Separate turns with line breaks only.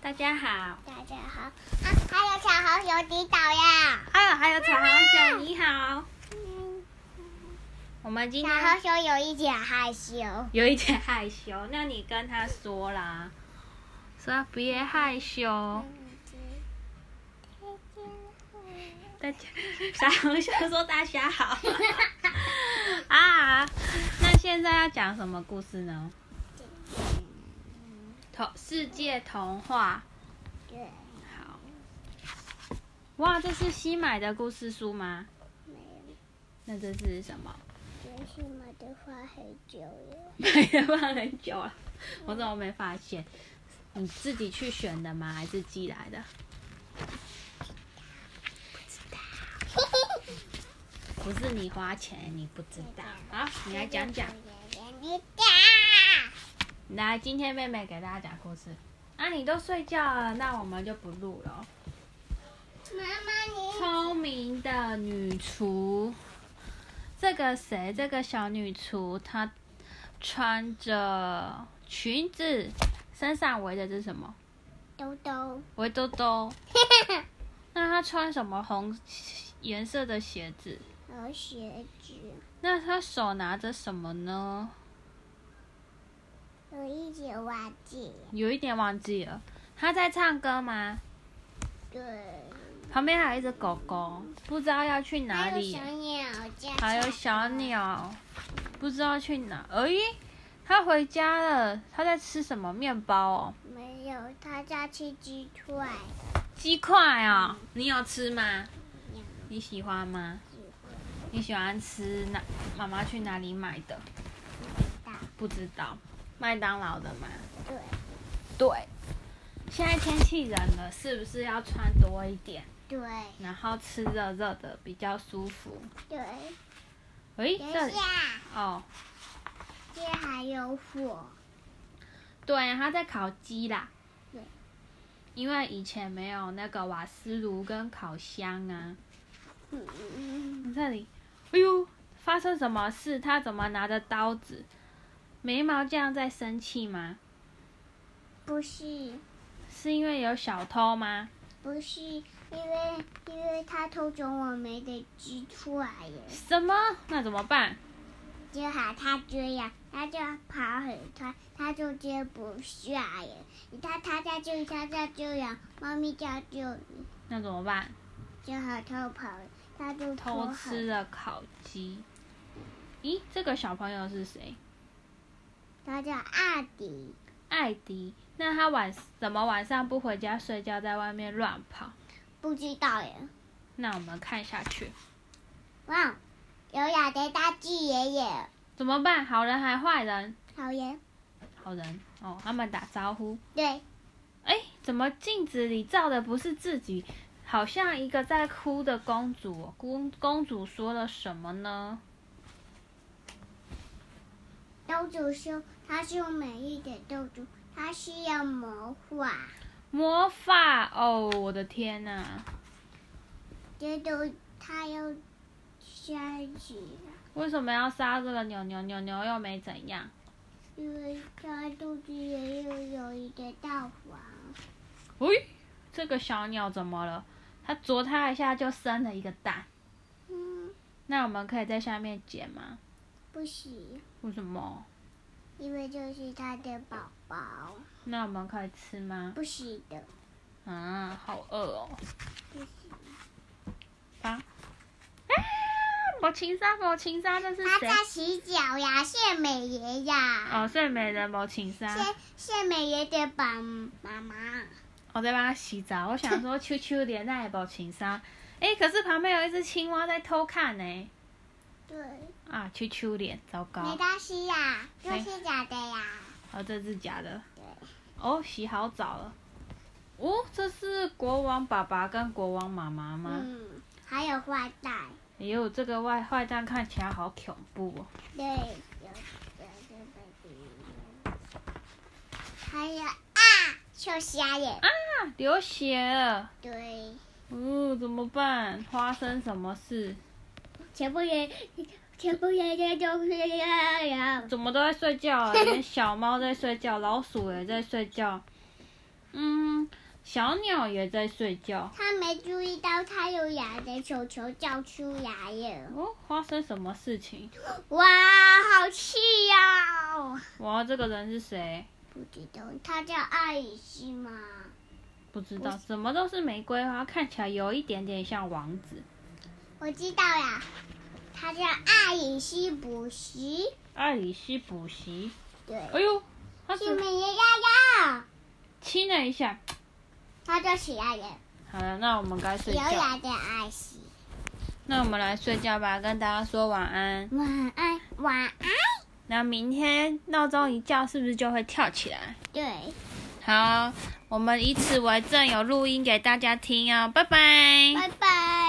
大家好，
大家好啊！还有小红熊迪导呀，
还有还有彩虹熊你好，
嗯，
我们今
小
天
红熊有一点害羞，
有一点害羞，那你跟他说啦，说别害羞。大家，彩虹熊说大家好 啊。那现在要讲什么故事呢？童世界童话。
对，
好。哇，这是新买的故事书吗？
没有，
那这是什么？
真是没的话很久了，
买了放很久了，我怎么没发现？你自己去选的吗？还是寄来的？不是你花钱，你不知道。好，你来讲讲。
你讲，
来，今天妹妹给大家讲故事。啊，你都睡觉了，那我们就不录了哦。
妈妈
聪明的女厨，这个谁？这个小女厨，她穿着裙子，身上围的是什么？
你兜兜，
围兜兜。那她穿什么红颜色的鞋子？
和鞋子，
那她手拿着什么呢？
有一点忘记，
有一点忘记了。她在唱歌吗？
对，
旁边还有一只狗狗，不知道要去哪
还有
里
小。鸟在，
还有小，鸟，不知道去哪。咦、它回家了，它在吃什么面包哦？
没有，它在吃鸡腿，
鸡块哦，你有吃吗？你喜欢吗？
喜欢
你喜欢吃哪？妈妈去哪里买的？
大，
不知道，麦当劳的吗？
对，
对。现在天气冷了，是不是要穿多一点，
对。
然后吃热热的比较舒服？
对，
诶，
等一
这里
下，
哦，
这还有火，
对，他在烤鸡啦。
对
因为以前没有那个瓦斯炉跟烤箱啊。
嗯，
你这里，哎呦，发生什么事？他怎么拿着刀子？眉毛这样在生气吗？
不是，
是因为有小偷吗？
不是，因为因为他偷走我们的鸡腿耶，
什么？那怎么办？
就喊他追呀，他就跑很快，他就追不下耶，他他在追，他在追呀，猫咪在追，
那怎么办？
就好偷跑，他就
偷吃
很，
了烤鸡。咦，这个小朋友是谁？
他叫阿迪，
艾迪。那他晚怎么晚上不回家睡觉，在外面乱跑？
不知道耶，
那我们看下去。
哇，有雅的大鸡爷爷，
怎么办？好人还坏人？
好耶，
好人哦，他们打招呼。
对。
哎，怎么镜子里照的不是自己？好像一个在哭的公主哦、公公主说了什么呢？
豆主是它是美丽的豆主，它需要魔法。
魔法哦，我的天哪！
这豆它要下雪，
为什么要杀这个牛牛牛牛又没怎样？
因为它肚子也有有一个大黄。
喂、这个小鸟怎么了？它啄它一下就生了一个蛋。
嗯，
那我们可以在下面捡吗？
不行，
为什么？
因为这是它的宝宝，
那我们可以吃吗？
不行的，
啊，好饿哦！
不行。
啊！我情杀，我情杀，这是
它
谁？
在洗脚呀，谢美爷呀，
哦，睡美人谋情杀，
谢谢美爷的宝妈妈。
我哦在帮他洗澡。我想说，秋秋连带也谋情杀，哎，可是旁边有一只青蛙在偷看呢、
对，
啊，秋秋脸，糟
没
糕，
东西呀，这
没
是假的呀。
哦，这是假的。
对，
哦，洗好澡了。哦，这是国王爸爸跟国王妈妈吗？
嗯，还有花带。
哎呦，这个外坏蛋看起来好恐怖哦。
对，有有这个还有啊，秋虾也
啊，流血了。
对，
哦，怎么办？发生什么事？
全部人，全部人人都是这样。
怎么都在睡觉啊？连小猫在睡觉，老鼠也在睡觉，嗯，小鸟也在睡觉。
他没注意到他有牙的球球掉出来了。
哦，发生什么事情？
哇，好气呀、哦！
哇，这个人是谁？
不知道他叫爱丽丝吗？
不知道，怎么都是玫瑰花，看起来有一点点像王子。
我知道呀，他叫爱丽丝补习。
爱丽丝补习，
对，
哎呦，他
是
是
美呀呀呀，
亲了一下。
他叫喜爱人，
好了，那我们该
有
睡觉。
牙的爱喜。
那我们来睡觉吧，跟大家说晚安。
晚安，晚安。
那明天闹钟一叫，是不是就会跳起来？
对，
好，我们以此为证，有录音给大家听哦，拜拜
拜拜。